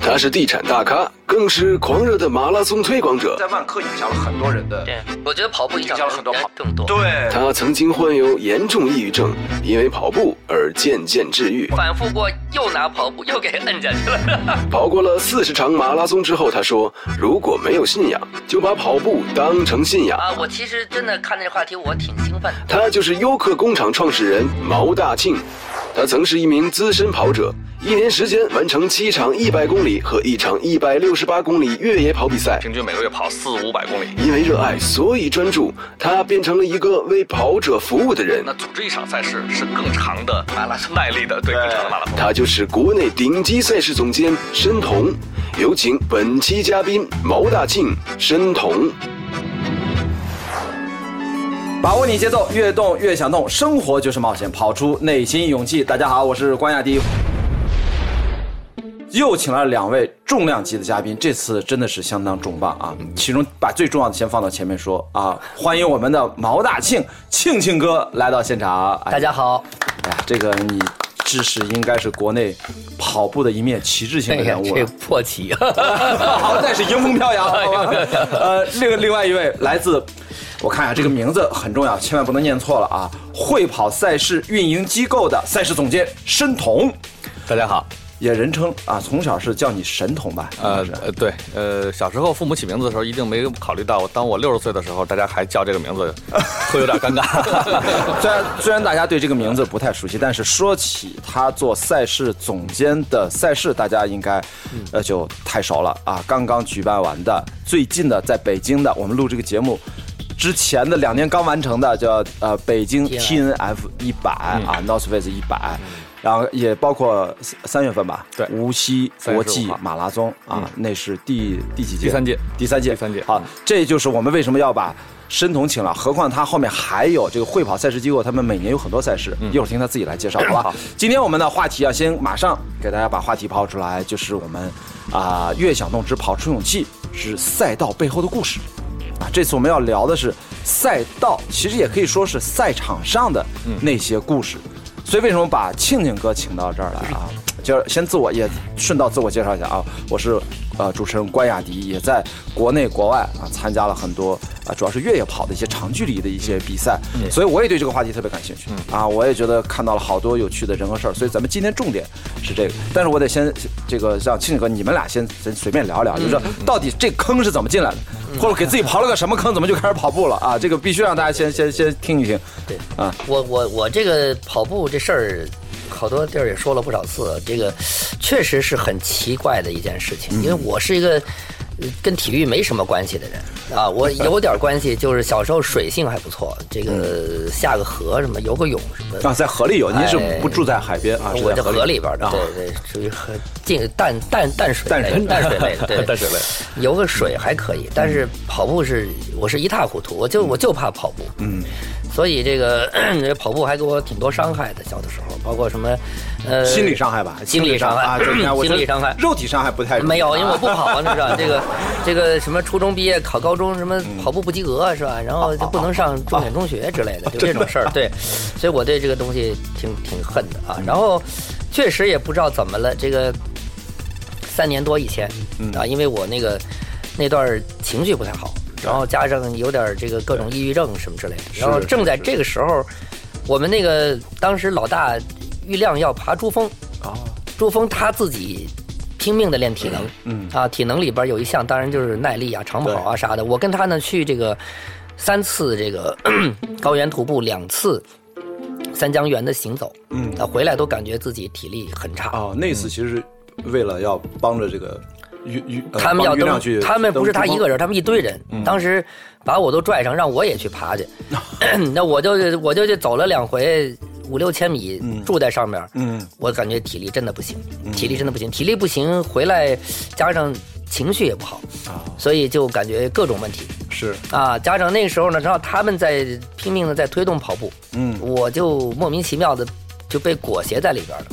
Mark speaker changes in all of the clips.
Speaker 1: 他是地产大咖，更是狂热的马拉松推广者。
Speaker 2: 在万科影响了很多人的，
Speaker 3: 对，我觉得跑步影响
Speaker 2: 影响了很多
Speaker 3: 人
Speaker 2: 跑
Speaker 3: 更多。
Speaker 2: 对，
Speaker 1: 他曾经患有严重抑郁症，因为跑步而渐渐治愈。
Speaker 3: 反复过，又拿跑步，又给摁下去了。
Speaker 1: 跑过了四十场马拉松之后，他说：“如果没有信仰，就把跑步当成信仰。
Speaker 3: 啊，我其实真的看这话题，我挺兴奋的”。
Speaker 1: 他就是优客工厂创始人毛大庆，他曾是一名资深跑者，一年时间完成七场一百公里和一场一百六十八公里越野跑比赛。
Speaker 2: 平均每个月跑四五百公里。
Speaker 1: 因为热爱，所以专注，他变成了一个为跑者服务的人
Speaker 2: 那。组织一场赛事是更长的马拉松耐力的，对更长的马拉松。
Speaker 1: 他就是国内顶级赛事总监申彤。有请本期嘉宾毛大庆、申彤。
Speaker 4: 把握你节奏，越动越想动，生活就是冒险，跑出内心勇气。大家好，我是关雅迪，又请来了两位重量级的嘉宾，这次真的是相当重磅啊！其中把最重要的先放到前面说啊，欢迎我们的毛大庆庆庆哥来到现场。哎
Speaker 3: 大家好，
Speaker 4: 哎呀，这个你知识应该是国内跑步的一面旗帜性的
Speaker 3: 哎
Speaker 4: 人物了。啊
Speaker 3: 破题，
Speaker 4: 好歹是迎风飘扬，好吧？呃，另另外一位来自，我看一下这个名字很重要，千万不能念错了啊！会跑赛事运营机构的赛事总监申彤，
Speaker 5: 大家好，
Speaker 4: 也人称啊，从小是叫你神童吧？
Speaker 5: 呃
Speaker 4: 是不是，
Speaker 5: 呃对，呃，小时候父母起名字的时候，一定没考虑到，当我六十岁的时候，大家还叫这个名字，会有点尴尬。
Speaker 4: 虽然虽然大家对这个名字不太熟悉，但是说起他做赛事总监的赛事，大家应该呃就太熟了啊！刚刚举办完的，最近的在北京的，我们录这个节目。之前的两年刚完成的叫呃北京 TNF 一百啊，North Face 一百，然后也包括三三月份吧，
Speaker 5: 对
Speaker 4: 无锡国
Speaker 5: 35
Speaker 4: 际
Speaker 5: 号嗯
Speaker 4: 马拉松啊，那是第第几届？
Speaker 5: 第三届
Speaker 4: 第三届，
Speaker 5: 第三届嗯
Speaker 4: 好，这就是我们为什么要把申彤请了。何况他后面还有这个会跑赛事机构，他们每年有很多赛
Speaker 5: 嗯
Speaker 4: 事，一会儿听他自己来介绍，好吧？今天我们的话题啊，先马上给大家把话题抛出来，就是我们啊、越想动之跑出勇气之赛道背后的故事。啊，这次我们要聊的是赛道，其实也可以说是赛场上的那些故事。所以为什么把庆庆哥请到这儿来啊？就是先自我也顺道自我介绍一下啊，我是呃主持人关雅迪，也在国内国外啊参加了很多啊，主要是越野跑的一些长距离的一些比赛，所以我也对这个话题特别感兴趣啊，我也觉得看到了好多有趣的人和事儿，所以咱们今天重点是这个， 但是我得先这个让庆庆哥你们俩先先随便聊
Speaker 3: 嗯
Speaker 4: 聊，就是说到底这坑是怎么进来的，嗯或者给自己刨了个什么坑，怎么就开始跑步了啊？这个必须让大家先先先听一听，
Speaker 3: 对
Speaker 4: 啊，
Speaker 3: 我我我这个跑步这事儿，好多地儿也说了不少次，这个确实是很奇怪的一件事情，因为我是一个。呃跟体育没什么关系的人啊，我有点关系，就是小时候水性还不错，这个下个河什么游个泳什么的
Speaker 4: 啊，在河里有，您是
Speaker 3: 哎
Speaker 4: 不住在海边啊？
Speaker 3: 我
Speaker 4: 是在
Speaker 3: 在河里边儿的
Speaker 4: 啊，
Speaker 3: 对对，属于河近淡淡淡水
Speaker 4: 淡
Speaker 3: 类
Speaker 4: 水嗯
Speaker 3: 淡水类的， 对
Speaker 5: 淡水类，
Speaker 3: 游个水还可以，但是跑步是我是一塌糊涂，我就我就怕跑步，嗯，所以这个 这跑步还给我挺多伤害的，小的时候，包括什么呃
Speaker 4: 心理伤害吧，
Speaker 3: 心理伤害
Speaker 4: 啊，对你看我
Speaker 3: 心理
Speaker 4: 这
Speaker 3: 伤害
Speaker 4: 肉体伤害不太
Speaker 3: 嗯没有，因为我不跑啊，你知道这个这个什么初中毕业考高中什么跑步不及格啊是吧？然后就不能上重点中学之类的，就这种事儿。对，所以我对这个东西挺挺恨的啊。然后确实也不知道怎么了，这个三年多以前啊，因为我那个那段儿情绪不太好，然后加上有点儿这个各种抑郁症什么之类的，然后正在这个时候，我们那个当时老大郁亮要爬珠峰
Speaker 4: 啊，
Speaker 3: 珠峰他自己拼命的练体能，
Speaker 4: 嗯
Speaker 3: 啊，体能里边有一项当然就是耐力啊、长跑啊啥的。我跟他呢去这个三次这个 高原徒步，两次三江源的行走，嗯，啊，回来都感觉自己体力很差。
Speaker 4: 哦，那次其实是为了要帮着这个于于呃
Speaker 3: 他们要
Speaker 4: 帮于亮
Speaker 3: 登
Speaker 4: 去，，
Speaker 3: 他们不是他一个
Speaker 4: 人，
Speaker 3: 人，他们一堆人。
Speaker 4: 嗯
Speaker 3: 当时把我都拽上，让我也去爬 去。那我就我就去走了两回五六千米，住在上面。
Speaker 4: 嗯，
Speaker 3: 我感觉体力真的不行，体力真的不行，体力不行，回来加上情绪也不好，所以就感觉各种问题
Speaker 4: 啊是
Speaker 3: 啊。加上那个时候呢，正好他们在拼命的在推动跑步，
Speaker 4: 嗯
Speaker 3: 我就莫名其妙的就被裹挟在里边了。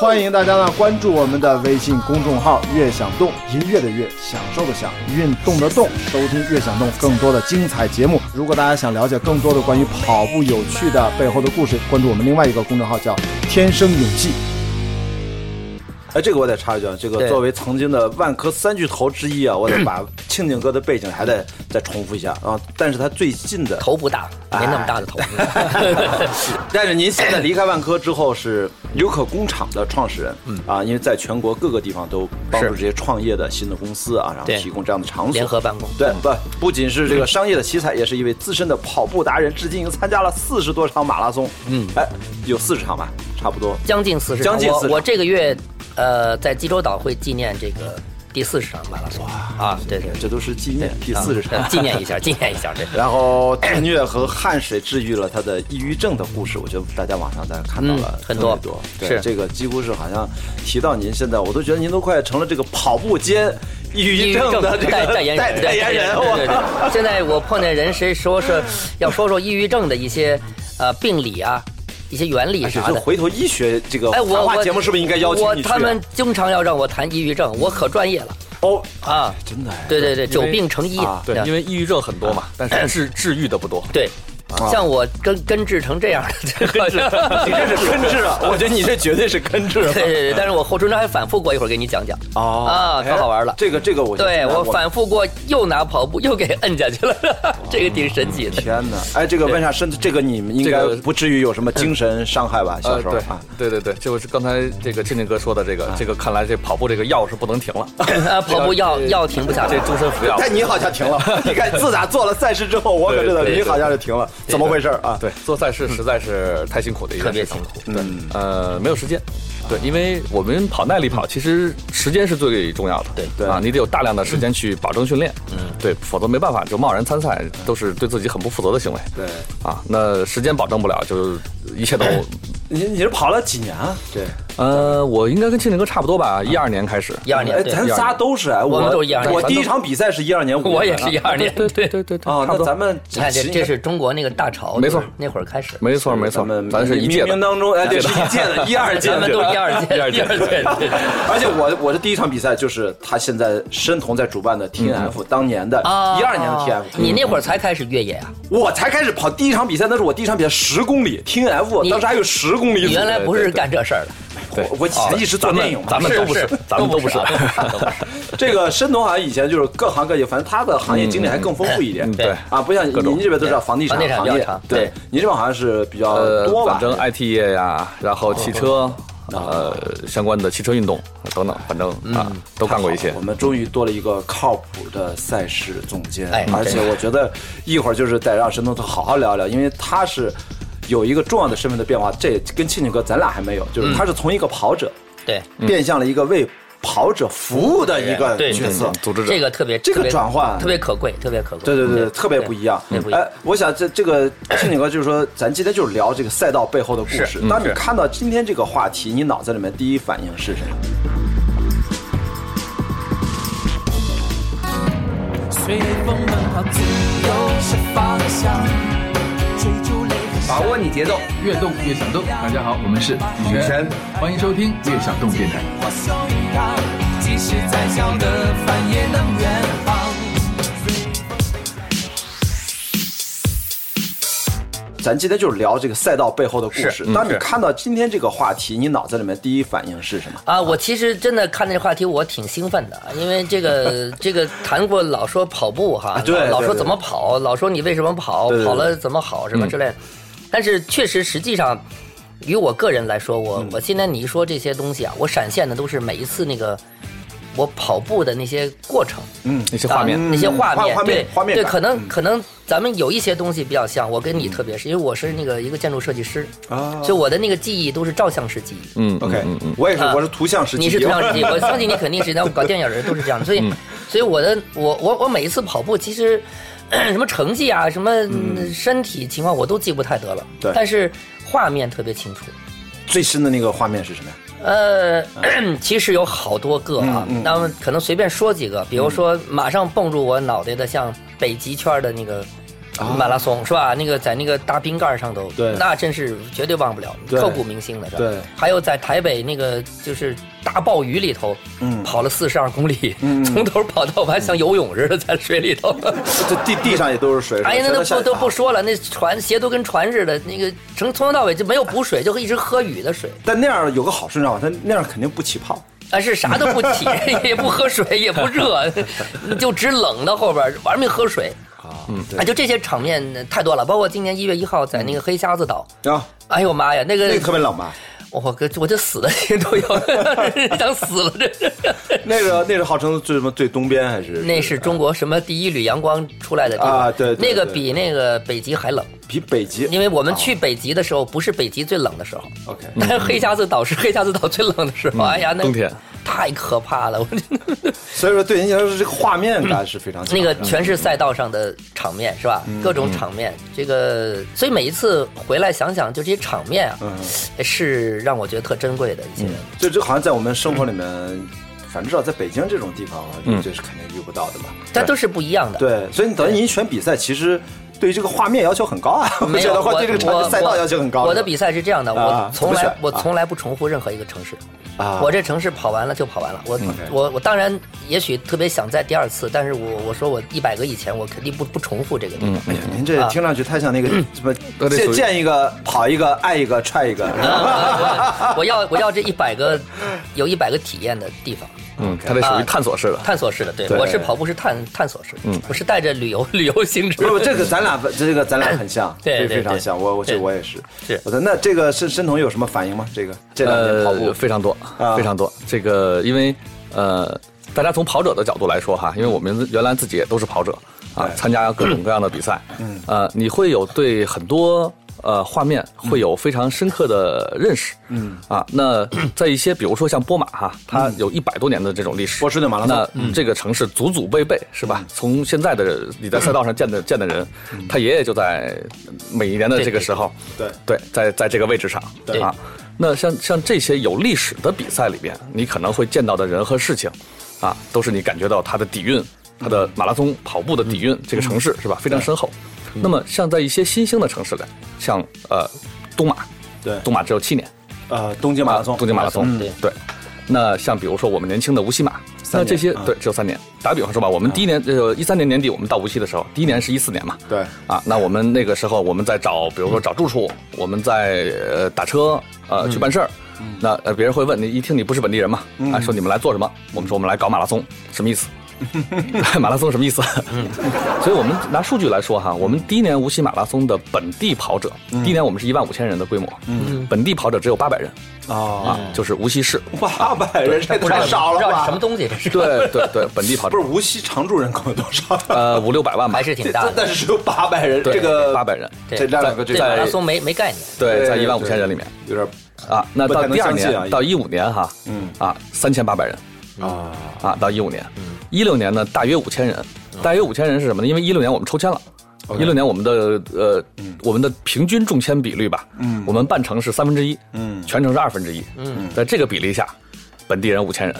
Speaker 4: 欢迎大家呢关注我们的微信公众号“悦享动”，音乐的悦，享受的享，运动的动，收听“悦享动”更多的精彩节目。如果大家想了解更多的关于跑步有趣的背后的故事，关注我们另外一个公众号叫“天生勇气”。哎，这个我得插一句，啊，这个
Speaker 3: 对
Speaker 4: 作为曾经的万科三巨头之一啊，我得把庆庆哥的背景还得再重复一下啊。但是他最近的，
Speaker 3: 头不大，没那么大的 头。
Speaker 4: 但是您现在离开万科之后是刘可工厂的创始人，嗯啊，因为在全国各个地方都帮助
Speaker 3: 是
Speaker 4: 这些创业的新的公司啊，然后
Speaker 3: 对
Speaker 4: 提供这样的场所
Speaker 3: 联合办公
Speaker 4: 对，不不仅是这个商业的奇才，也是一位资深的跑步达人，至今已经参加了四十多场马拉松，嗯，哎，有四十场吧，差不多。
Speaker 3: 将近四十，
Speaker 4: 将近40
Speaker 3: 我我这个月，呃，在济州岛会纪念这个第四十场马拉松啊，对对，
Speaker 4: 这都是纪念第四十场
Speaker 3: 啊，纪念一下，纪念一下， 对。
Speaker 4: 然后自虐和汗水治愈了他的抑郁症的故事，我觉得大家网上大家看到
Speaker 3: 嗯
Speaker 4: 了特
Speaker 3: 很
Speaker 4: 别
Speaker 3: 多
Speaker 4: 多，对
Speaker 3: 是
Speaker 4: 这个几乎是好像提到您现在，我都觉得您都快成了这个跑步间抑郁症的这个
Speaker 3: 代代言人，
Speaker 4: 代言人，
Speaker 3: 对对对
Speaker 4: 哇！
Speaker 3: 对现在我碰见人，谁说 是要说说抑郁症的一些呃病理啊，一些原理
Speaker 4: 哎
Speaker 3: 啥
Speaker 4: 这
Speaker 3: 的。
Speaker 4: 回头医学这个
Speaker 3: 哎，
Speaker 4: 谈
Speaker 3: 我
Speaker 4: 话
Speaker 3: 我
Speaker 4: 节目是不是应该邀请
Speaker 3: 我
Speaker 4: 你去啊？
Speaker 3: 他们经常要让我谈抑郁症，我可专业了
Speaker 4: 哦，
Speaker 3: 啊！
Speaker 4: 真的哎
Speaker 3: 对对对，久
Speaker 5: 因为
Speaker 3: 病成医
Speaker 4: 啊
Speaker 5: 对，因为抑郁症很多嘛，
Speaker 3: 哎
Speaker 5: 但是 治治愈的不多。
Speaker 3: 对，像我根根治成这样的，这个
Speaker 4: 你这啊是根治啊！我觉得你这绝对是根治啊。
Speaker 3: 对对对，但是我后春章还反复过，一会儿给你讲讲。
Speaker 4: 哦
Speaker 3: 啊
Speaker 4: 哎
Speaker 3: 可好玩了
Speaker 4: 这个这个我觉得
Speaker 3: 对
Speaker 4: 真的
Speaker 3: 我反复过，又拿跑步又给摁下去了， 这个挺神奇的。
Speaker 4: 天哪！哎，这个问一下，身体这个你们应该
Speaker 5: 这个
Speaker 4: 不至于有什么精神伤害
Speaker 3: 呃
Speaker 4: 吧？小时候
Speaker 5: 呃对
Speaker 4: 啊，
Speaker 5: 对对对，就是刚才这个庆庆哥说的这个，这个看来这跑步这个药是不能停了，
Speaker 3: 啊，跑步药药停不下
Speaker 5: 这
Speaker 3: 来。
Speaker 5: 终身服药。
Speaker 4: 但你好像停了，你看，自打做了赛事之后，我可知道
Speaker 5: 对对
Speaker 4: 你
Speaker 5: 对
Speaker 4: 好像是停了，怎么回事啊？
Speaker 5: 对，做赛事实在是太辛苦的一个，
Speaker 3: 特别辛苦。
Speaker 5: 对，呃，没有时间。对，因为我们跑耐力跑，其实时间是最重要的。对
Speaker 4: 对
Speaker 5: 啊，你得有大量的时间去保证训练。嗯，对，否则没办法，就贸然参赛都是对自己很不负责的行为。
Speaker 4: 对，
Speaker 5: 啊，那时间保证不了，就一切都。
Speaker 4: 你你是跑了几年啊？对，
Speaker 5: 呃，我应该跟庆林哥差不多吧，一二年开始。
Speaker 3: 一二年
Speaker 4: 哎，，
Speaker 3: 对
Speaker 4: 咱仨都是哎，
Speaker 3: 我们都是12年
Speaker 4: 我第一场比赛是一二年五月份啊，
Speaker 3: 我也是一二年，
Speaker 5: 对对对对对，
Speaker 4: 啊
Speaker 5: 差，不
Speaker 4: 那
Speaker 5: 多
Speaker 4: 咱们
Speaker 3: 你看这
Speaker 4: 其实
Speaker 3: 这是中国那个大潮，
Speaker 5: 没错
Speaker 3: 就是那会儿开始，
Speaker 5: 没错没错
Speaker 4: 咱们，
Speaker 5: 咱是一届
Speaker 4: 冥冥
Speaker 5: 的。
Speaker 4: 当中哎，对，是一届的，一二届
Speaker 3: 咱
Speaker 4: 的
Speaker 3: 们都是第二届，
Speaker 5: 第二届
Speaker 3: 第二届，
Speaker 4: 而且我我的第一场比赛就是他现在申同在主办的 TNF，当年的一二年的啊 TNF，
Speaker 3: 啊你那会儿才开始越野啊？
Speaker 4: 我才开始跑第一场比赛，那是我第一场比赛十公里 TNF，
Speaker 3: 你
Speaker 4: 当时还有十公里
Speaker 3: 你
Speaker 4: 组。
Speaker 3: 原来不是干这事儿的，哦
Speaker 4: 我我以前一直做啊电影嘛，
Speaker 5: 咱们都不是，咱们都不是。
Speaker 4: 这个申农好像以前就是各行各业，反正他的行业经历还更丰富一点。
Speaker 5: 嗯嗯对
Speaker 4: 啊，不像
Speaker 5: 各种
Speaker 4: 您这边都知道房地产
Speaker 3: 房地产比较
Speaker 4: 行业
Speaker 3: 长，
Speaker 4: 对
Speaker 3: 对
Speaker 4: 您这边好像是比较多吧
Speaker 5: 呃反？正 IT 业呀，然后汽车，呃，相关的汽车运动等等，反正啊，都干过一些
Speaker 4: 我。们终于多了一个靠谱的赛事总监，
Speaker 3: 哎
Speaker 4: 而且
Speaker 3: 对
Speaker 4: 我觉得一会儿就是得让申东好好聊聊，因为他是有一个重要的身份的变化，这也跟庆庆哥咱俩还没有，
Speaker 5: 嗯
Speaker 4: 就是他是从一个跑者
Speaker 3: 对，
Speaker 4: 变向了一个为跑者服务的一个
Speaker 3: 对对
Speaker 4: 角色
Speaker 5: 嗯，组织者
Speaker 3: 这个特别
Speaker 4: 这个
Speaker 3: 特别
Speaker 4: 转换
Speaker 3: 特别可贵，特别可贵。
Speaker 4: 对对对对，特别不一样。
Speaker 3: 特别不一样
Speaker 4: 哎，我想这这个庆景哥就是说，咱今天就是聊这个赛道背后的故事
Speaker 3: 是。
Speaker 4: 当你
Speaker 5: 是
Speaker 4: 看到今天这个话题，你脑子里面第一反应是什么？
Speaker 6: 随风奔跑，自由是方向，追逐雷和
Speaker 7: 把握你节奏，
Speaker 8: 越动越想动。大家好，我们是雨
Speaker 7: 晨，
Speaker 8: 欢迎收听《越想动电台》。
Speaker 6: 我汹涌，即使再小的帆也能远航。
Speaker 4: 咱今天就是聊这个赛道背后的故事。
Speaker 5: 是嗯
Speaker 4: 当你
Speaker 5: 是
Speaker 4: 看到今天这个话题，你脑子里面第一反应是什么？
Speaker 3: 啊，我其实真的看这话题，我挺兴奋的，因为这 个这个谈过老说跑步哈，
Speaker 4: 啊对
Speaker 3: 老老
Speaker 4: 对
Speaker 3: 说
Speaker 4: 对
Speaker 3: 怎么跑，老说你为什么跑
Speaker 4: 对对，对嗯
Speaker 3: 跑了怎么好什么之类的，但是确实实际上，于我个人来说，
Speaker 4: 嗯
Speaker 3: 我我今天你一说这些东西啊，我闪现的都是每一次那个我跑步的那些过程，
Speaker 5: 那些画面
Speaker 3: 啊，那些画
Speaker 4: 画
Speaker 3: 面，
Speaker 4: 画面
Speaker 3: 对
Speaker 4: 画面
Speaker 3: 对，
Speaker 4: 感嗯
Speaker 3: 可能可能咱们有一些东西比较像，我跟你特别是因为我是那个一个建筑设计师
Speaker 4: 啊
Speaker 3: 所以我的那个记忆都是照相式记忆。
Speaker 5: 嗯
Speaker 4: OK，
Speaker 5: 嗯嗯
Speaker 4: 我也是，
Speaker 3: 啊
Speaker 4: 我是图像时期。
Speaker 3: 你是图像时期，我相信你肯定是，咱们搞电影的人都是这样的，所以，
Speaker 5: 嗯
Speaker 3: 所以我的我我我每一次跑步，其实 什么成绩啊，什么身体情况，我都记不太得了。
Speaker 4: 嗯对
Speaker 3: 但是画面特别清楚。
Speaker 4: 最新的那个画面是什么呀？
Speaker 3: 呃， 其实有好多个啊，
Speaker 4: 嗯
Speaker 3: 那么可能随便说几个，比如说马上蹦入我脑袋的，像北极圈的那个马拉松、是吧？那个在那个大冰盖上头，
Speaker 4: 啊对
Speaker 3: 那真是绝对忘不了，
Speaker 4: 对
Speaker 3: 刻骨铭心的是吧？
Speaker 4: 对
Speaker 3: 还有在台北那个就是大暴雨里头，嗯，跑了四十二公里，
Speaker 4: 嗯
Speaker 3: 从头跑到完，像游泳似的在水里 头。
Speaker 4: 这地地上也都是水。
Speaker 3: 哎呀，
Speaker 4: 全
Speaker 3: 那都
Speaker 4: 下
Speaker 3: 不
Speaker 4: 去
Speaker 3: 都不
Speaker 4: 啊。
Speaker 3: 说了，那船鞋都跟船似的，那个从从头到尾就没有补水，就一直喝雨的水。
Speaker 4: 但那样有个好处，你知道吗？它那样肯定不起泡。
Speaker 3: 啊，是啥都不起， 也不喝水，也不热，就只冷到后边儿玩命喝水。啊，就这些场面太多了，包括今年一月一号在那个黑瞎子岛，
Speaker 4: 啊，
Speaker 3: 哎呦妈呀，那个
Speaker 4: 那个特别冷吧？
Speaker 3: 我哥，我这死的心都有， 想死了这是。
Speaker 4: 那个那是号称最什么最东边还是？
Speaker 3: 那是中国什么第一缕阳光出来的地方
Speaker 4: 啊对对
Speaker 3: 那个
Speaker 4: 对哦
Speaker 3: 比那个北极还冷，
Speaker 4: 比北极，
Speaker 3: 因为我们去北极的时候不是北极最冷的时候，
Speaker 4: OK
Speaker 3: 但是黑瞎子岛是黑瞎子岛最冷的时
Speaker 4: 嗯
Speaker 3: 候，哎呀，那
Speaker 5: 冬天
Speaker 3: 太可怕了，我真的。
Speaker 4: 所以说对您来说这个画面感是非常强
Speaker 3: 嗯那
Speaker 4: 的
Speaker 3: 个全是赛道上的场面是吧？
Speaker 4: 嗯
Speaker 3: 各种场面，这个所以每一次回来想想，就这些场面
Speaker 4: 嗯
Speaker 3: 啊，是让我觉得特珍贵的一些。
Speaker 4: 这这好像在我们生活里面，反正至少在北京这种地方啊，
Speaker 3: 嗯
Speaker 4: 这这是肯定遇不到的嘛。
Speaker 3: 它都是不一样的。
Speaker 4: 对，所以你等于您选比赛，其实对于这个画面要求很高啊，我
Speaker 3: 没
Speaker 4: 觉
Speaker 3: 有
Speaker 4: 得
Speaker 3: 我
Speaker 4: 话对这个场
Speaker 3: 我
Speaker 4: 地赛道
Speaker 3: 我
Speaker 4: 要求很高。
Speaker 3: 我的比赛是这样的，
Speaker 4: 啊
Speaker 3: 我从
Speaker 4: 怎么
Speaker 3: 来
Speaker 4: 选
Speaker 3: 我
Speaker 4: 啊
Speaker 3: 从来不重复任何一个城市。
Speaker 4: 啊嗯
Speaker 3: 我这城市跑完了就跑完了。我我我当然也许特别想再第二次，但是我我说我一百个以前我肯定不不重复这个地方。
Speaker 4: 哎呀，您这听上去太像那个
Speaker 3: 嗯
Speaker 4: 什么
Speaker 5: 都得
Speaker 4: 见
Speaker 5: 属于
Speaker 4: 见一个跑一个爱一个踹一个，
Speaker 3: 嗯啊我我我要我要这一百个有一百个体验的地方。
Speaker 5: 嗯，它这属于探索式的。
Speaker 3: 探索式的，对
Speaker 4: 对
Speaker 3: 我是跑步是探探索式，嗯，我是带着旅游 旅游性质
Speaker 4: 不。是 不是，这个咱俩这个咱俩很像，
Speaker 3: 对
Speaker 4: 这
Speaker 3: 对
Speaker 4: 非常
Speaker 3: 对
Speaker 4: 像。我我这
Speaker 3: 对
Speaker 4: 我也是。
Speaker 3: 是呃
Speaker 4: 我的那这个申申彤有什么反应吗？这个这两年跑步
Speaker 5: 呃非常多
Speaker 4: 啊，
Speaker 5: 非常多。这个因为呃，大家从跑者的角度来说哈，因为我们原来自己也都是跑者啊
Speaker 4: 对，
Speaker 5: 参加各种各样的比赛，嗯，呃，你会有对很多。呃，画面会有非常深刻的认识，嗯啊，那在一些比如说像波马哈，它有一百多年的这种历史，
Speaker 4: 嗯波士顿马拉松
Speaker 5: 那这个城市祖祖辈辈是
Speaker 4: 嗯
Speaker 5: 吧？从现在的你在赛道上见的见的人，他爷爷就在每一年的这个时候，
Speaker 4: 对
Speaker 5: 对，在在这个位置上，
Speaker 3: 对
Speaker 5: 啊。那像像这些有历史的比赛里边，你可能会见到的人和事情，啊，都是你感觉到它的底蕴，它的马拉松跑步的底蕴，
Speaker 4: 嗯
Speaker 5: 这个城市是吧，非常深厚。那么像在一些新兴的城市里，像呃东马，
Speaker 4: 对
Speaker 5: 东马只有七年，
Speaker 4: 呃东京马拉松，嗯
Speaker 5: 东京马拉松，
Speaker 3: 对
Speaker 5: 对。那像比如说我们年轻的无锡马，那
Speaker 4: 三年
Speaker 5: 这些
Speaker 4: 啊
Speaker 5: 对只有三年。嗯打个比方说吧，我们第一年呃一三年年底我们到无锡的时候，第一年是一四年嘛，
Speaker 4: 对
Speaker 5: 啊，那我们那个时候我们在找，比如说找住处，我们在呃打车呃去办事儿。那呃，别人会问你，一听你不是本地人嘛，啊，说你们来做什么？我们说我们来搞马拉松，什么意 思？马拉松什么意思？所以我们拿数据来说哈，我们第一年无锡马拉松的本地跑者，第一年我们是一万五千人的规模，本地跑者只有八百人
Speaker 4: 啊，
Speaker 5: 啊，就是无锡市。
Speaker 4: 八百人这
Speaker 3: 不知道
Speaker 4: 太少了
Speaker 3: 不知道
Speaker 4: 吧？
Speaker 3: 什么东西，这是
Speaker 5: 对对对，本 地跑
Speaker 4: 不
Speaker 5: 者
Speaker 4: 是无锡常住人口有多少？
Speaker 5: 呃五六百万吧，
Speaker 3: 还是挺大的。
Speaker 4: 但是只有八百人，
Speaker 5: 对
Speaker 4: 这个
Speaker 5: 八百人，
Speaker 3: 对
Speaker 4: 这两个这
Speaker 3: 对
Speaker 4: 个
Speaker 3: 马拉松没没概念，
Speaker 5: 对，在一万五千人里面
Speaker 4: 有点
Speaker 5: 啊。那
Speaker 4: 不太
Speaker 5: 到
Speaker 4: 能
Speaker 5: 第二
Speaker 4: 相信啊
Speaker 5: 年，到一五年哈，
Speaker 4: 嗯
Speaker 5: 啊三千八百人
Speaker 4: 啊
Speaker 5: 啊，到一五年，一六年呢大约五千人，
Speaker 4: 嗯
Speaker 5: 大约五千人是什么呢？因为一六年我们抽签了。一六年我们的呃，
Speaker 4: 嗯
Speaker 5: 我们的平均中签比率吧，嗯，我们半程是三分之一，
Speaker 4: 嗯
Speaker 5: 全程是二分之一，嗯，在这个比例下，本地人五千人，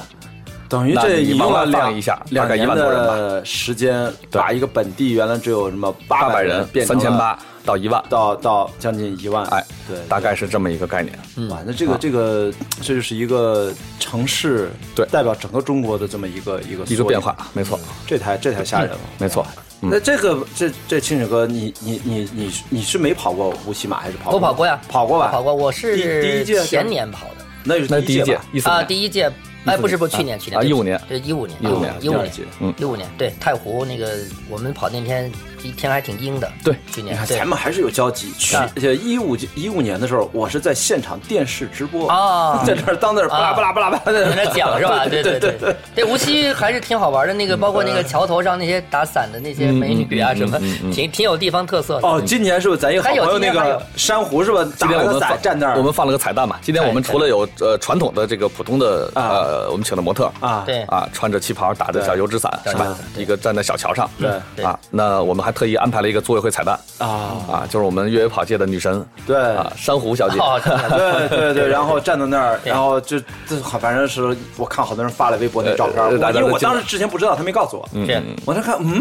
Speaker 4: 等于
Speaker 5: 那
Speaker 4: 这
Speaker 5: 你
Speaker 4: 一
Speaker 5: 往外
Speaker 4: 万
Speaker 5: 放
Speaker 4: 两
Speaker 5: 一下
Speaker 4: 两
Speaker 5: 大概
Speaker 4: 年
Speaker 5: 一万多人吧
Speaker 4: 的时间，
Speaker 5: 对
Speaker 4: 把一个本地原来只有什么
Speaker 5: 八
Speaker 4: 八
Speaker 5: 百人
Speaker 4: 变成
Speaker 5: 三千
Speaker 4: 了
Speaker 5: 八到一万，
Speaker 4: 到到将近一万，
Speaker 5: 哎，
Speaker 4: 对，
Speaker 5: 大概是这么一个概念。
Speaker 4: 哇，那这个这个这就是一个城市
Speaker 5: 对
Speaker 4: 代表整个中国的这么一个一个
Speaker 5: 一
Speaker 4: 缩
Speaker 5: 个
Speaker 4: 影
Speaker 5: 变化，，没错，
Speaker 4: 这才这才吓人了。
Speaker 5: 没错。嗯
Speaker 4: 那这个这这清水哥，你你你你你是没跑过无锡马还是跑过？
Speaker 3: 我跑过呀，
Speaker 4: 跑过吧？
Speaker 3: 跑过，我
Speaker 4: 第第一
Speaker 3: 是
Speaker 4: 届是
Speaker 3: 前年跑的
Speaker 4: 那就是
Speaker 5: 那第一届
Speaker 4: 吧
Speaker 5: 一四
Speaker 3: 啊，
Speaker 5: 年，
Speaker 3: 第一届，哎，不是不是，去年去年
Speaker 5: 啊
Speaker 3: 对
Speaker 5: 15年
Speaker 3: 对，一五年，
Speaker 5: 15
Speaker 3: 年
Speaker 5: 年，
Speaker 3: 一五
Speaker 4: 第二
Speaker 3: 年
Speaker 4: 届，
Speaker 5: 嗯
Speaker 3: 一五年，对，太湖那个我们跑那天天还挺阴的，
Speaker 5: 对
Speaker 3: 去
Speaker 4: 你
Speaker 3: 年
Speaker 4: 看
Speaker 3: 对
Speaker 4: 咱们还是有交集。去
Speaker 3: 啊
Speaker 4: 一五一五年的时候，我是在现场电视直播
Speaker 3: 啊
Speaker 4: 在那儿当那儿巴拉巴拉巴拉巴拉
Speaker 3: 在那
Speaker 4: 的。
Speaker 3: 讲是 吧？对对对对，这无锡还是挺好玩的。那
Speaker 4: 嗯
Speaker 3: 个包括那个桥头上那些打伞的那些美女啊，什么挺挺有地方特色的。
Speaker 4: 嗯 哦，今年是不是咱一个好朋
Speaker 3: 还有
Speaker 4: 友
Speaker 3: 今
Speaker 4: 那
Speaker 3: 年还
Speaker 4: 个
Speaker 3: 有
Speaker 4: 珊瑚是吧？
Speaker 5: 今天
Speaker 4: 打
Speaker 5: 我
Speaker 4: 了个
Speaker 5: 们
Speaker 4: 伞
Speaker 5: 放
Speaker 4: 站那儿，哎
Speaker 5: 我们放了个彩蛋嘛。今天我们除了有呃传统的这个普通的
Speaker 4: 啊
Speaker 5: 呃，我们请的模特
Speaker 4: 啊
Speaker 3: 对
Speaker 5: 啊，穿着旗袍打着小油纸伞
Speaker 3: 对
Speaker 5: 是
Speaker 3: 小油
Speaker 5: 吧
Speaker 3: 纸？对
Speaker 5: 一个站在小桥上，
Speaker 3: 对
Speaker 5: 啊，那我们还特意安排了一个组委会彩蛋
Speaker 4: 啊，
Speaker 5: 啊，就是我们越野跑界的女神，
Speaker 4: 对
Speaker 5: 啊，珊瑚小姐，
Speaker 3: 哦，真的
Speaker 4: 对 对对，然后站在那儿，然后就这好，反正是我看好多人发了微博那照片，
Speaker 5: 呃呃
Speaker 4: 我
Speaker 5: 大
Speaker 4: 因
Speaker 5: 家
Speaker 4: 为
Speaker 5: 都
Speaker 4: 我
Speaker 5: 记得
Speaker 4: 当时之前不知道，他没告诉我，
Speaker 3: 这样
Speaker 4: 我在看，嗯，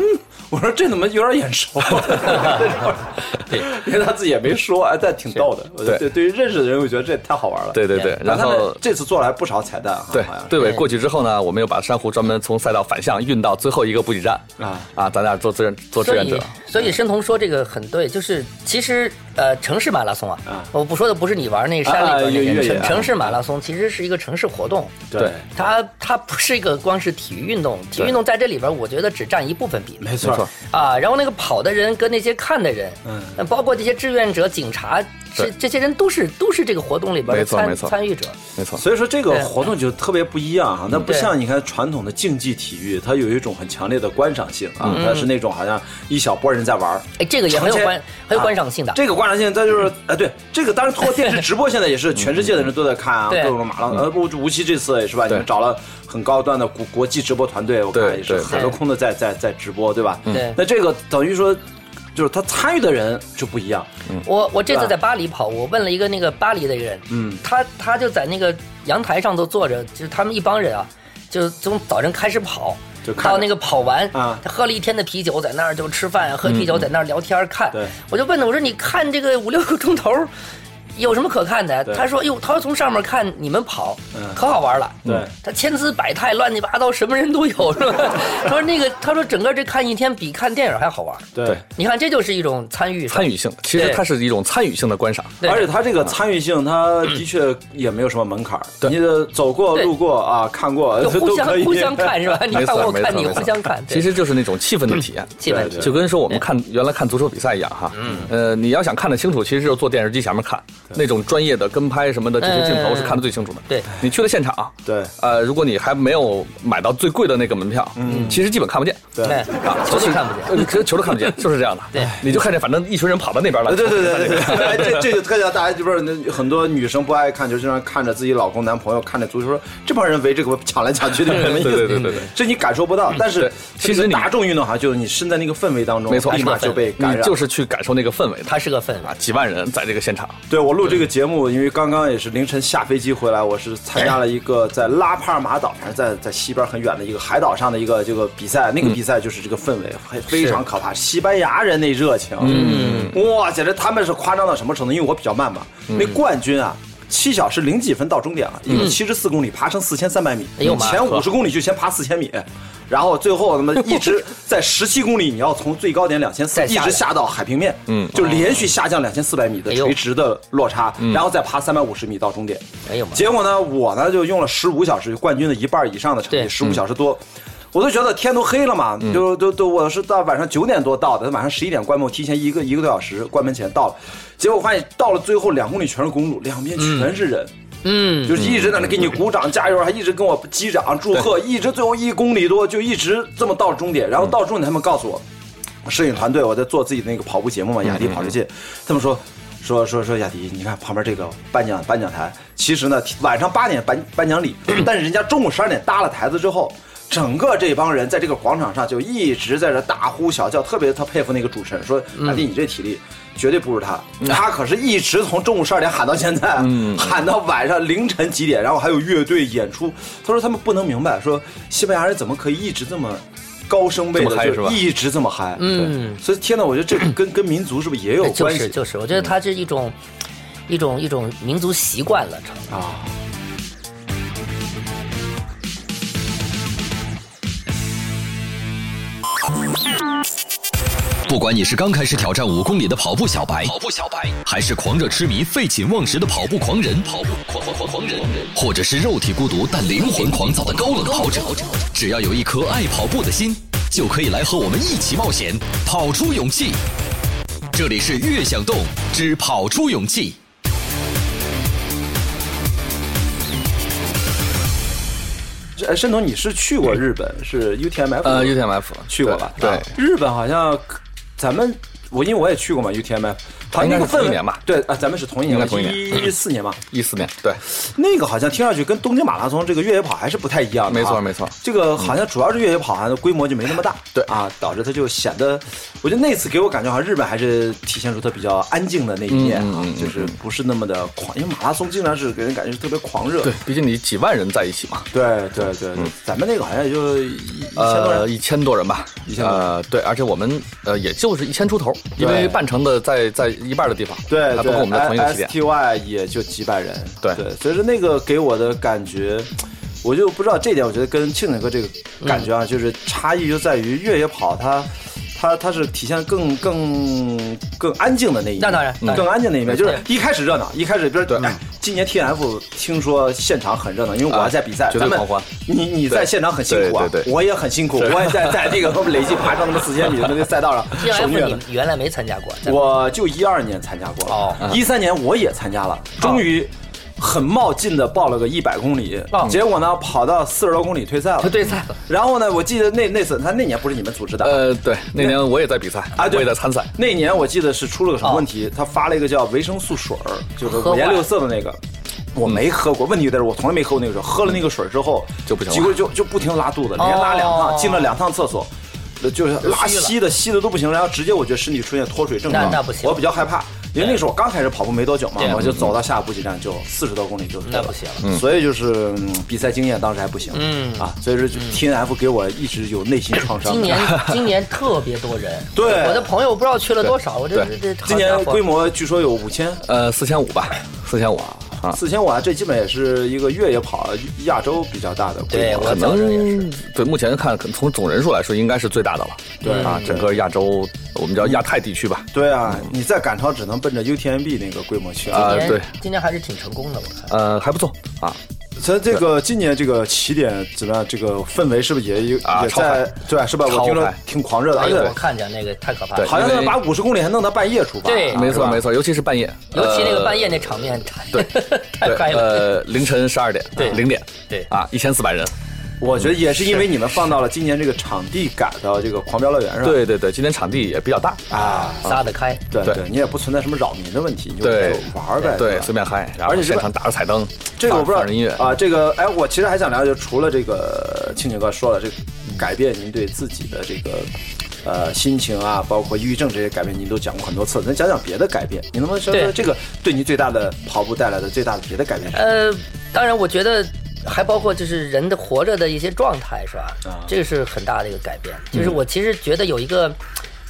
Speaker 4: 我说这怎么有点眼熟，啊 因为他自己也没说，哎，但挺逗的。我觉得
Speaker 5: 对
Speaker 4: 对，对于认识的人，我觉得这也太好玩了。
Speaker 5: 对对对，
Speaker 4: 然
Speaker 5: 然
Speaker 4: 后他
Speaker 5: 后
Speaker 4: 们。这次做了还不少彩蛋哈，
Speaker 5: 对
Speaker 4: 好像，是
Speaker 5: 队尾过去之后呢，我们又把珊瑚专门从赛道反向运到最后一个补给站
Speaker 4: 啊
Speaker 5: 啊，咱俩做志愿做志
Speaker 3: 所
Speaker 5: 愿
Speaker 3: 以
Speaker 5: 者，
Speaker 3: 所以申彤说这个很对，就是其实呃，城市马拉松啊，我不说的不是你玩那山里边
Speaker 4: 嗯啊
Speaker 3: 那
Speaker 4: 越
Speaker 3: 个
Speaker 4: 越野
Speaker 3: 城
Speaker 4: 啊
Speaker 3: 城市马拉松，其实是一个城市活动。
Speaker 4: 对，
Speaker 3: 它它不是一个光是体育运动，体育运动在这里边，我觉得只占一部分比例
Speaker 4: 没错儿，
Speaker 3: 啊。然后那个跑的人跟那些看的人，嗯，包括这些志愿者、警察，这
Speaker 5: 对
Speaker 3: 这些人都是都是这个活动里边的
Speaker 5: 没错
Speaker 3: 参
Speaker 5: 没错
Speaker 3: 参与者。
Speaker 5: 没错。
Speaker 4: 所以说这个活动就特别不一样啊，它不
Speaker 3: 对
Speaker 4: 像你看传统的竞技体育，它有一种很强烈的观赏性啊，
Speaker 5: 嗯
Speaker 4: 它是那种好像一小波人在玩儿。
Speaker 3: 哎，这个也很有
Speaker 4: 成千
Speaker 3: 观很有
Speaker 5: 啊
Speaker 3: 观赏性的。嗯
Speaker 4: 这个观赏性，它就是哎，对，这个当然通过电视直播，现在也是全世界的人都在看啊，
Speaker 3: 对嗯
Speaker 4: 各种马拉松。呃，不，无锡这次也是吧，你
Speaker 5: 对
Speaker 4: 们找了很高端的国国际直播团队，我看
Speaker 5: 对
Speaker 4: 也是
Speaker 5: 对
Speaker 4: 海陆空的在在在直播，对吧？
Speaker 3: 嗯对
Speaker 4: 那这个等于说，就是他参与的人就不一样。
Speaker 3: 我我这
Speaker 4: 对
Speaker 3: 次
Speaker 4: 吧
Speaker 3: 在巴黎跑，我问了一个那个巴黎的人，嗯，他他就在那个阳台上头坐着，就是他们一帮人啊，就从早晨开始跑
Speaker 4: 就。看着
Speaker 3: 到那个跑完
Speaker 4: 啊嗯
Speaker 3: 他喝了一天的啤酒，在那儿就吃饭，喝啤酒在那儿聊天儿看。
Speaker 4: 对
Speaker 3: 我就问他，我说你看这个五六个钟头儿有什么可看的？
Speaker 4: 对嗯
Speaker 3: 他说，哟，他说从上面看你们跑，可好玩了。嗯
Speaker 4: 对
Speaker 3: 他千姿百态，乱七八糟，什么人都有，是吧？ 他说那个，他说整个这看一天比看电影还好玩。
Speaker 4: 对
Speaker 3: 你看，这就是一种参与，
Speaker 5: 参与性，其实
Speaker 3: 对
Speaker 5: 它是一种参与性的观赏。
Speaker 3: 对嗯
Speaker 4: 而且它这个参与性，它的确也没有什么门槛儿，你的走过、
Speaker 3: 对
Speaker 4: 路过啊，看过
Speaker 3: 就互
Speaker 4: 都
Speaker 3: 相
Speaker 4: 可以。
Speaker 3: 互相看是吧？你
Speaker 5: 没
Speaker 3: 看
Speaker 5: 错，
Speaker 3: 我，我
Speaker 5: 没错，
Speaker 3: 看你，
Speaker 5: 没错
Speaker 3: 互相看。对
Speaker 5: 其实就是那种气氛的体验。
Speaker 3: 气氛
Speaker 4: 对嗯
Speaker 5: 就跟说我们看原来看足球比赛一样哈，呃，你要想看得清楚，其实就坐电视机前面看，那种专业的跟拍什么的这些镜头
Speaker 3: 嗯
Speaker 5: 是看得最清楚的。
Speaker 3: 对
Speaker 5: 你去了现场，
Speaker 4: 对
Speaker 5: 呃，如果你还没有买到最贵的那个门票，其实基本看不见，
Speaker 4: 嗯
Speaker 5: 啊
Speaker 4: 对
Speaker 3: 哎球
Speaker 5: 就是
Speaker 3: 都看不见。
Speaker 5: 见，呃球都看不见，就是这样的。
Speaker 3: 对
Speaker 5: 你就看见反正一群人跑到那边来，
Speaker 4: 对 对对对对，哎，这这就特别大家就是那很多女生不爱看球，经常看着自己老公、男朋友看着足球，说这帮人围着个抢来抢去 的，什么意思？嗯
Speaker 5: 对对对对对
Speaker 4: 这你感受不到。但是
Speaker 5: 其实
Speaker 4: 这个
Speaker 5: 你
Speaker 4: 大众运动好像就是你身在那个氛围当中，
Speaker 5: 没错，
Speaker 4: 立马就被感
Speaker 5: 你
Speaker 4: 染。
Speaker 5: 就是去感受那个氛围的。
Speaker 3: 它是个氛围
Speaker 5: 啊，，几万人在这个现场，
Speaker 4: 对我录这个节目，因为刚刚也是凌晨下飞机回来，我是参加了一个在拉帕尔马岛，反正在在西边很远的一个海岛上的一个这个比赛，那个比赛就是这个氛围非非常可怕，西班牙人那热情，嗯，哇，简直他们是夸张到什么程度？因为我比较慢嘛，那冠军啊。七小时零几分到终点了，一共七十四公里，爬升四千三百米，
Speaker 3: 嗯哎呦妈
Speaker 4: 前五十公里就先爬四千米，然后最后他妈一直在十七公里，你要从最高点两千四
Speaker 3: 再
Speaker 4: 一
Speaker 3: 下
Speaker 4: 直
Speaker 3: 来
Speaker 4: 下到海平面，嗯，就连续下降两千四百米的
Speaker 3: 哎呦嗯
Speaker 4: 垂直。直的落差，然后再爬三百五十米到终点。
Speaker 3: 哎呦妈！
Speaker 4: 结果呢，我呢就用了十五小时，就冠军的一半以上的成绩，
Speaker 3: 对嗯
Speaker 4: 十五小时多。我都觉得天都黑了嘛，就都都我是到晚上九点多到的，晚上十一点关门，我提前一个一个多小时关门前到了，结果发现到了最后两公里全是公路，两边全是人，
Speaker 3: 嗯，
Speaker 4: 就是一直在那给你鼓掌加油，还一直跟我击掌祝贺，一直最后一公里多就一直这么到终点，
Speaker 3: 嗯
Speaker 4: 然后到终点他们告诉我，摄影团队我在做自己那个跑步节
Speaker 5: 嗯
Speaker 4: 目嘛，雅迪跑世界，他们说。说说说，雅迪，你看旁边这个颁奖颁奖台，其实呢晚上八点颁颁 奖礼，但是人家中午十二点搭了台子之后，整个这帮人在这个广场上就一直在这大呼小叫，特别他佩服那个主持人，说
Speaker 5: 嗯
Speaker 4: 雅迪你这体力绝对不如他，他可是一直从中午十二点喊到现在，
Speaker 5: 嗯
Speaker 4: 喊到晚上凌晨几点，然后还有乐队演出。他说他们不能明白，说西班牙人怎么可以一直这么高声
Speaker 5: 这
Speaker 4: 贝
Speaker 5: 么
Speaker 4: 的，
Speaker 5: 嗨是
Speaker 4: 就
Speaker 5: 吧
Speaker 4: 一直这么嗨，
Speaker 3: 嗯
Speaker 4: 对，所以天呐，我觉得这个跟 跟民族是不是也
Speaker 5: 哎
Speaker 4: 有
Speaker 3: 哎就
Speaker 4: 关系？
Speaker 3: 是就是，我觉得它是一种一种一种民族习惯了，成了
Speaker 7: 不管你是刚开始挑战五公里的跑步小白，跑步小白，还是狂热痴迷、废寝忘食的跑步狂人，跑步狂狂狂狂人，或者是肉体孤独但灵魂狂躁的高冷跑者，只要有一颗爱跑步的心，就可以来和我们一起冒险，跑出勇气。这里是越想动之跑出勇气。
Speaker 4: 这哎，申总，你是去过日本，是 UTMF
Speaker 5: 呃，UTMF
Speaker 4: 去过吧？
Speaker 5: 对
Speaker 4: 啊，日本好像咱们我因为我也去过嘛 UTMF，好像那
Speaker 5: 应该
Speaker 4: 个
Speaker 5: 是
Speaker 4: 氛
Speaker 5: 同
Speaker 4: 围
Speaker 5: 一年吧
Speaker 4: 对啊，咱们是同一年吧，
Speaker 5: 应该同一年
Speaker 4: 一四年嘛，
Speaker 5: 一四年，对，
Speaker 4: 那个好像听上去跟东京马拉松这个越野跑还是不太一样的啊、
Speaker 5: 没错没错
Speaker 4: 这个好像主要是越野跑，好像规模就没那么大，
Speaker 5: 对
Speaker 4: 啊，导致它就显得，我觉得那次给我感觉好像日本还是体现出它比较安静的那一面
Speaker 5: 嗯
Speaker 4: 啊，就是不是那么的狂，因为马拉松经常是给人感觉是特别狂热，
Speaker 5: 对，嗯毕竟你几万人在一起嘛，
Speaker 4: 对对对对咱们那个好像也就一一千多
Speaker 5: 呃，
Speaker 4: 人，
Speaker 5: 一千多人吧，
Speaker 4: 一千多人
Speaker 5: 呃，对，而且我们呃，也就是一千出头，因
Speaker 4: 对
Speaker 5: 为半程的在在一半的地方，
Speaker 4: 对
Speaker 5: 它
Speaker 4: 对哎
Speaker 5: 包括我们在同一个起
Speaker 4: S
Speaker 5: 点。
Speaker 4: T Y 也就几百人，
Speaker 5: 对
Speaker 4: 对，所以说那个给我的感觉。我就不知道这点，我觉得跟庆庆哥这个感觉啊，就是差异就在于越野跑它，它它它是体现更更更安静的那一面，
Speaker 3: 那当然当然
Speaker 4: 更安静的一面，就是
Speaker 3: 对
Speaker 4: 一开始热闹，一开始比如说哎今年 TNF 听说现场很热闹，因为我还在比赛，
Speaker 5: 绝对
Speaker 4: 咱们
Speaker 5: 狂欢
Speaker 4: 你你在现场很辛苦啊，
Speaker 5: 对对对
Speaker 4: 我也很辛苦，我也在在这个累计爬升那么四千米的那个 赛道上
Speaker 3: T
Speaker 4: 手
Speaker 3: F
Speaker 4: 虐的
Speaker 3: 你。原来没参加过，在
Speaker 4: 我就一二年参加过
Speaker 3: 哦
Speaker 4: 了，一三年我也参加了，终于很冒进的报了个一百公里，结果呢跑到四十多公里退赛了
Speaker 3: 就。对赛了，
Speaker 4: 然后呢，我记得那那次他那年不是你们组织的。
Speaker 5: 呃，对，那年我也在比赛，
Speaker 4: 啊，对，
Speaker 5: 我也在参赛。
Speaker 4: 那年我记得是出了个什么问题，他发了一个叫维生素水儿，就是五颜六色的那个，我没喝过。问题在这，我从来没喝过那个水。喝了那个水之后
Speaker 5: 就不行了
Speaker 4: 结果就就不停拉肚子，连拉两趟，
Speaker 3: 哦
Speaker 4: 进了两趟厕所，呃就是拉
Speaker 3: 虚了
Speaker 4: 稀的稀的都不行，然后直接我觉得身体出现脱水症状，
Speaker 3: 那那不行
Speaker 4: 我比较害怕。因为那时候我刚开始跑步没多久嘛
Speaker 3: 对，
Speaker 4: 我就走到下补给站就四十多公里就
Speaker 3: 那不行了
Speaker 4: 所以就是嗯比赛经验当时还不行，
Speaker 3: 嗯
Speaker 4: 啊，所以说就 T N F 给我一直有内心创伤。
Speaker 3: 今 年今年特别多人，
Speaker 4: 对
Speaker 3: 我的朋友不知道去了多少，我这这
Speaker 5: 对
Speaker 3: 这好
Speaker 4: 今
Speaker 3: 家
Speaker 4: 年
Speaker 3: 伙
Speaker 4: 规模据说有五千，
Speaker 5: 呃，四千五吧，四千五啊，
Speaker 4: 四千五啊，这基本也是一个越野跑亚洲比较大的规
Speaker 3: 对
Speaker 4: 模。
Speaker 3: 我
Speaker 5: 可
Speaker 3: 走着也是
Speaker 5: 能对目前看，可能从总人数来说，应该是最大的了。对啊，整个亚洲，我们叫亚太地区吧。
Speaker 4: 对啊，你再赶超只能奔着 UTMB 那个规模去
Speaker 5: 啊
Speaker 4: 啊。
Speaker 3: 今年
Speaker 5: 对
Speaker 3: 今年还是挺成功的，我看。
Speaker 5: 呃，还不错啊，
Speaker 4: 咱这个今年这个起点怎么样？这个氛围是不是也有
Speaker 5: 啊
Speaker 4: 也
Speaker 5: 超
Speaker 4: 在
Speaker 5: 嗨
Speaker 4: 对是吧？我
Speaker 5: 超
Speaker 4: 听着
Speaker 5: 嗨
Speaker 4: 挺狂热的，
Speaker 3: 哎
Speaker 4: 而
Speaker 3: 呦，我
Speaker 4: 且
Speaker 3: 看见那个太可怕
Speaker 5: 对
Speaker 3: 了，
Speaker 4: 好像
Speaker 5: 因为
Speaker 4: 把五十公里还弄到半夜出发。啊
Speaker 3: 对
Speaker 5: 没错没错，尤其是半夜，
Speaker 3: 尤其那个
Speaker 5: 呃
Speaker 3: 半夜那场面太 太
Speaker 5: 对
Speaker 3: 嗨了。
Speaker 5: 呃，凌晨十二点，
Speaker 3: 对
Speaker 5: 零点，
Speaker 3: 对
Speaker 5: 啊，一千四百人。
Speaker 4: 我觉得也是因为你们放到了今年这个场地改到这个狂飙乐园上。
Speaker 5: 对对对，今天场地也比较大，
Speaker 4: 啊，
Speaker 3: 撒得开，
Speaker 4: 对
Speaker 5: 对
Speaker 4: 对，你也不存在什么扰民的问题，你就
Speaker 5: 对
Speaker 4: 就玩儿呗，
Speaker 5: 对，
Speaker 4: 哎吧
Speaker 5: 随便嗨，然后
Speaker 4: 而且这
Speaker 5: 现
Speaker 4: 个
Speaker 5: 场打着彩灯，
Speaker 4: 这个我不知
Speaker 5: 放放着音乐
Speaker 4: 道啊，这个哎，我其实还想了解，除了这个庆庆哥说了这个改变您对自己的这个呃心情啊，包括抑郁症这些改变，您都讲过很多次，咱讲讲别的改变，你能不能说
Speaker 3: 对
Speaker 4: 说这个对您最大的跑步带来的最大的别的改变是什么？
Speaker 3: 呃，当然，我觉得还包括就是人的活着的一些状态，是吧？
Speaker 4: 啊嗯
Speaker 3: 这个是很大的一个改变。就是我其实觉得有一个、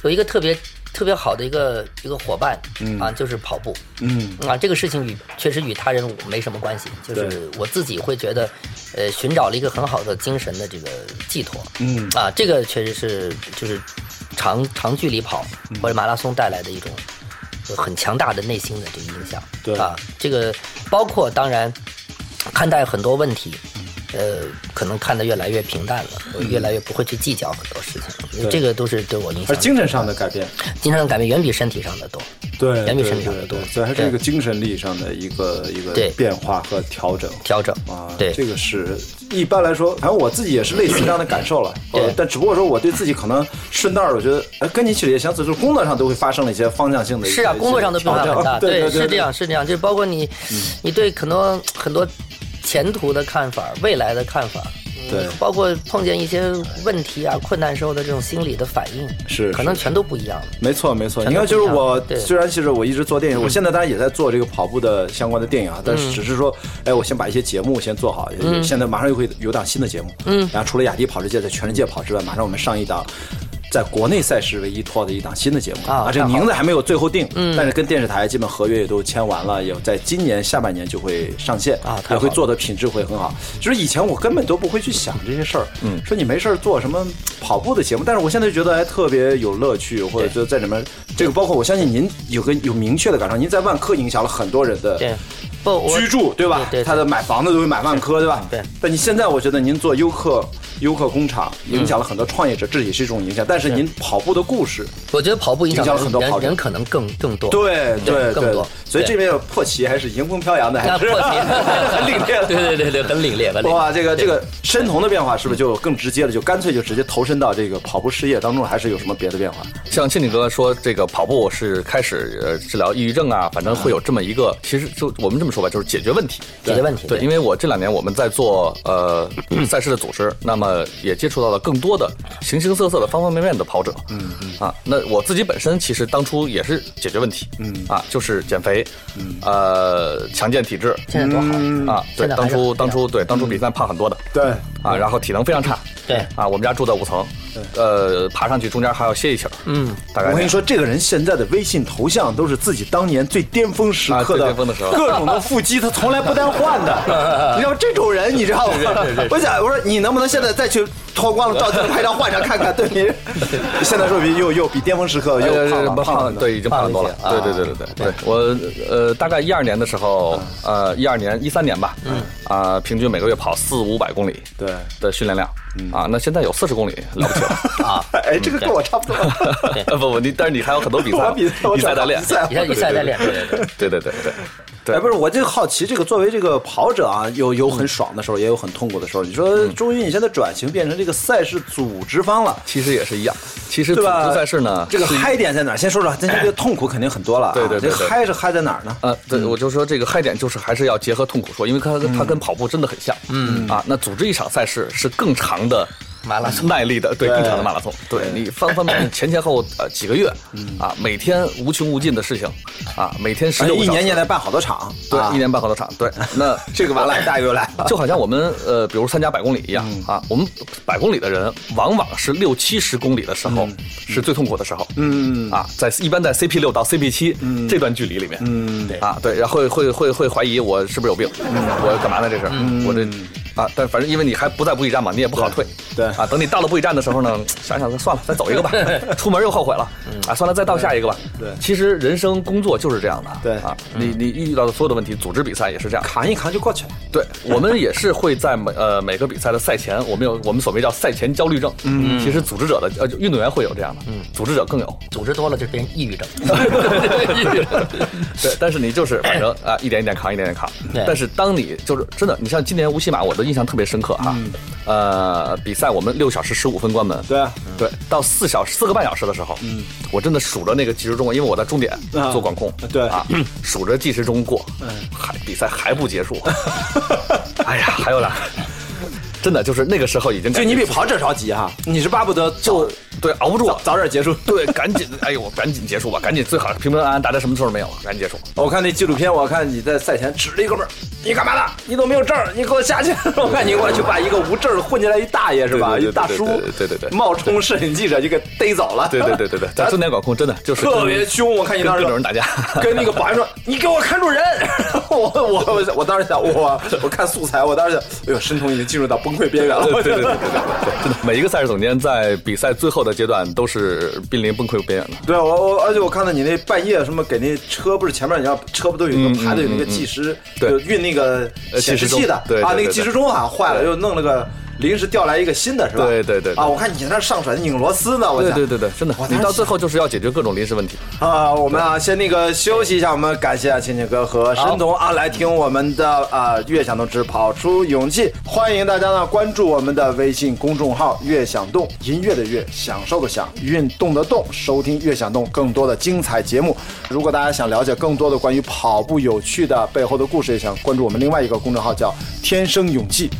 Speaker 3: 有一个特别特别好的一个一个伙伴、啊，就是跑步。
Speaker 4: 嗯，
Speaker 3: 啊，这个事情与确实与他人没什么关系，就是我自己会觉得，呃，寻找了一个很好的精神的这个寄托。
Speaker 4: 嗯
Speaker 3: 啊，这个确实是就是长长距离跑
Speaker 4: 嗯
Speaker 3: 或者马拉松带来的一种呃很强大的内心的这个影响。
Speaker 4: 对
Speaker 3: 啊，这个包括当然看待很多问题。呃，可能看得越来越平淡了，我越来越不会去计较很多事情了，
Speaker 4: 嗯对
Speaker 3: 这个都是对我影
Speaker 4: 而
Speaker 3: 响。
Speaker 4: 精神上的改变，
Speaker 3: 精神上改变远比身体上的多。
Speaker 4: 对
Speaker 3: 远比身体上
Speaker 4: 对
Speaker 3: 的多
Speaker 4: 对，所以还是
Speaker 3: 对
Speaker 4: 一个精神力上的一个一个
Speaker 3: 对
Speaker 4: 变化和调整。
Speaker 3: 调整
Speaker 4: 啊，
Speaker 3: 对
Speaker 4: 这个是一般来说，反正我自己也是类似这样的感受了。呃
Speaker 3: 对，
Speaker 4: 但只不过说我对自己可能顺道儿，我觉得哎，跟你其实也相似，就是工作上都会发生了一些方向性的一些。
Speaker 3: 是啊，工作上的变化很大，
Speaker 4: 调整对，对嗯
Speaker 3: 是这。样，是这样，就包括你，你对很多很多前途的看法、未来的看法，嗯
Speaker 4: 对
Speaker 3: 包括碰见一些问题啊、困难时候的这种心理的反应，
Speaker 4: 是
Speaker 3: 可能全都不一样了。
Speaker 4: 没错，没错。
Speaker 3: 全都
Speaker 4: 你看，就是我
Speaker 3: 不一样对嗯
Speaker 4: 虽然其实我一直做电影，我现在当然也在做这个跑步的相关的电影啊，但是只是说，哎，我先把一些节目先做好，
Speaker 3: 嗯
Speaker 4: 也现在马上又会有档新的节目，嗯，然后除了雅迪跑世界在全世界跑之外，马上我们上一档。在国内赛事为依托的一档新的节目
Speaker 3: 啊
Speaker 4: 这个
Speaker 3: 太好嗯
Speaker 4: 名字还没有最后定，但是跟电视台基本合约也都签完了，也在今年下半年就会上线
Speaker 3: 啊太好
Speaker 4: 也
Speaker 3: 了
Speaker 4: 会做的品质会很好。就是以前我根本都不会去想这些事儿，嗯，说你没事儿做什么跑步的节目，但是我现在觉得哎特别有乐趣，或者就在里面，这个包括我相信您有个有明确的感受，您在万科影响了很多人的
Speaker 3: 对，不，我
Speaker 4: 居住，对吧？
Speaker 3: 对对
Speaker 4: 他的买房子都会买万科，对吧？
Speaker 3: 对
Speaker 4: 但你现在我觉得您做优客优客工厂，影响了很多创业者，这也是一种影响。但是您跑步的故事，
Speaker 3: 我觉得跑步影响
Speaker 4: 影响了很多跑
Speaker 3: 人，
Speaker 4: 者
Speaker 3: 人可能更更多。
Speaker 4: 对对
Speaker 3: 更
Speaker 4: 对
Speaker 3: 多，
Speaker 4: 所
Speaker 3: 对
Speaker 4: 以这边有破旗还是迎风飘扬的，
Speaker 3: 那
Speaker 4: 还
Speaker 3: 破
Speaker 4: 是啊很领 略的。
Speaker 3: 对对对对，很领略，很领略。
Speaker 4: 哇，这个这个申童的变化是不是就更直接了？就干脆就直接投身到这个跑步事业当中，还是有什么别的变化？
Speaker 5: 像庆庆哥说，这个跑步是开始呃治疗抑郁症啊，反正会有这么一个，其实就我们这么说吧，就是解决问题，
Speaker 3: 解决问题
Speaker 5: 对，
Speaker 3: 对
Speaker 5: 因为我这两年我们在做呃赛事的组织，那么也接触到了更多的形形色色的方方面面的跑者，嗯嗯啊，那我自己本身其实当初也是解决问题，嗯啊，就是减肥，嗯呃强健体质，
Speaker 3: 现在多好，
Speaker 4: 嗯
Speaker 5: 啊，对，
Speaker 3: 现在还
Speaker 5: 当
Speaker 3: 是
Speaker 5: 初
Speaker 3: 很
Speaker 5: 当初对当初比赛胖很多的，
Speaker 4: 对
Speaker 5: 啊，然后体能非常差，
Speaker 3: 对
Speaker 5: 啊，我们家住在五层，呃，爬上去中间还要歇一气儿，嗯，大概
Speaker 4: 我
Speaker 5: 那
Speaker 4: 跟你
Speaker 5: 样
Speaker 4: 说，这个人现在的微信头像都是自己当年最巅峰时
Speaker 5: 啊最
Speaker 4: 刻的，
Speaker 5: 巅峰的时候
Speaker 4: 各种的腹肌，他从来不带换 的。你知道这种人，你知道吗？我想，我说你能不能现在再去脱光了照镜子拍张换上看看，对你现在说比又又比巅峰时刻又胖
Speaker 5: 呃
Speaker 4: 了，
Speaker 5: 不
Speaker 4: 胖了嗯呢，
Speaker 5: 对，已经胖很多了。对对对对对对，我呃大概一二年的时候，呃一二年一三年吧，啊，平均每个月跑四五百公里，
Speaker 4: 对
Speaker 5: 的训练量啊，那现在有四十公里了不起了
Speaker 3: 啊，
Speaker 4: 哎，这个跟我差不多。
Speaker 5: 呃不不，你但是你还有很多比赛
Speaker 4: 我比赛，我
Speaker 5: 比赛在
Speaker 4: 转到
Speaker 5: 练，
Speaker 4: 比赛
Speaker 3: 比赛比赛在练，对对对。
Speaker 5: 对对对对对
Speaker 4: 哎，不是，我就好奇，这个作为这个跑者啊，有有很爽的时候，也有很痛苦的时候。你说，
Speaker 5: 嗯
Speaker 4: 终于你现在转型变成这个赛事组织方了。
Speaker 5: 其实也是一样。其实组
Speaker 4: 对吧？
Speaker 5: 织赛事呢，
Speaker 4: 这个
Speaker 5: 是一
Speaker 4: 嗨点在哪儿？先说说，咱这个痛苦肯定很多了啊。
Speaker 5: 对对对对
Speaker 4: 这嗨是嗨在哪儿呢？
Speaker 5: 呃，对，我就说这个嗨点就是还是要结合痛苦说，因为它它跟跑步真的很像，嗯啊，那组织一场赛事是更长的马拉松耐力的，对，更长的马拉松，对你翻翻翻前前后后呃几个月，啊，每天无穷无尽的事情，啊，每天十
Speaker 4: 而且
Speaker 5: 六个
Speaker 4: 哎一
Speaker 5: 小
Speaker 4: 年
Speaker 5: 时
Speaker 4: 也得办好多场，啊
Speaker 5: 对，一年半好多场， 对，那
Speaker 4: 这个完了，大又来 了。
Speaker 5: 就好像我们呃，比如参加百公里一样、啊，我们百公里的人往往是六七十公里的时候、是最痛苦的时候，嗯啊，在一般在 CP 六到 CP 七、这段距离里面，嗯啊对，然后会会会会怀疑我是不是有病，
Speaker 4: 嗯
Speaker 5: 我干嘛呢这是，我这。啊，但反正因为你还不在补给站嘛，你也不好退。
Speaker 4: 对
Speaker 5: 啊，等你到了补给站的时候呢，想想算了，再走一个 吧。出门又后悔了，啊，算了，再到下一个吧。
Speaker 4: 嗯对
Speaker 5: 其实人生工作就是这样的。
Speaker 4: 对嗯
Speaker 5: 啊，你你遇到的所有的问题，组织比赛也是这样。
Speaker 4: 扛啊一扛就过去了。
Speaker 5: 对，我们也是会在每呃每个比赛的赛前，我们有我们所谓叫赛前焦虑症。嗯，其实组织者的呃就运动员会有这样的，嗯，组织者更有。
Speaker 3: 组织多了就变抑 郁症。
Speaker 5: 对，但是你就是反正啊、一点一点扛，一点一点扛
Speaker 3: 对。
Speaker 5: 但是当你就是真的，你像今年无锡马，我的印象特别深刻哈、呃，比赛我们六小时十五分关门。
Speaker 4: 对啊
Speaker 5: 对，到四小时四个半小时的时候，嗯，我真的数着那个计时钟，因为我在终点
Speaker 4: 啊
Speaker 5: 做管控，
Speaker 4: 对嗯
Speaker 5: 啊，数着计时钟过，还比赛还不结 束，哎呀，还有俩。真的就是那个时候已经感
Speaker 4: 就
Speaker 5: 觉
Speaker 4: 哎你比跑者着急
Speaker 5: 啊
Speaker 4: 哈，你是巴不得就
Speaker 5: 对熬不住了，
Speaker 4: 早点结束。
Speaker 5: 对，赶紧，哎呦，我赶紧结束吧，赶紧最好平平安安，大家什么事儿都没有，赶紧结束。
Speaker 4: 我看那纪录片，我看你在赛前指着一哥们儿，你干嘛呢？你都没有证儿，你给我下去！我看你给我去把一个无证儿混进来一大爷是吧？
Speaker 5: 对对对
Speaker 4: 一大叔，
Speaker 5: 对对对对对对
Speaker 4: 冒充摄影记者就给逮走了。
Speaker 5: 对对对对对， 咱重点管控真的就是
Speaker 4: 特别凶，我看你
Speaker 5: 跟
Speaker 4: 当时
Speaker 5: 各种人打架
Speaker 4: 跟那个保安说：“你给我看住人！”我我我我当时想，我我看素材，我当时想，哎呦，申通已经进入到崩溃边缘了。
Speaker 5: 对对对对对对对，真的， 每一个赛事总监在比赛最后的阶段都是濒临崩溃边缘的。
Speaker 4: 对啊我我，而且我看到你那半夜什么给那车不是前面你要车不都有
Speaker 5: 嗯
Speaker 4: 一个排队有那个计时，
Speaker 5: 对
Speaker 4: 就运那个
Speaker 5: 呃
Speaker 4: 显
Speaker 5: 计
Speaker 4: 示
Speaker 5: 时钟
Speaker 4: 器的
Speaker 5: 对对
Speaker 4: 啊，
Speaker 5: 对
Speaker 4: 那个计时钟好像坏了，又弄了个临时调来一个新的是吧？
Speaker 5: 对对对对
Speaker 4: 啊，我看你在那上甩拧螺丝呢，我
Speaker 5: 对
Speaker 4: 想
Speaker 5: 对对对，真的
Speaker 4: 我，当
Speaker 5: 你
Speaker 4: 时
Speaker 5: 到最后就是要解决各种临时问题。
Speaker 4: 啊，我们啊先那个休息一下，我们感谢啊青青哥和申彤啊来听我们的啊《悦享动之跑出勇气》，欢迎大家呢关注我们的微信公众号“悦享动”，音乐的悦，享受的享，运动的动，收听“悦享动”更多的精彩节目。如果大家想了解更多的关于跑步有趣的背后的故事，也想关注我们另外一个公众号叫“天生勇气”。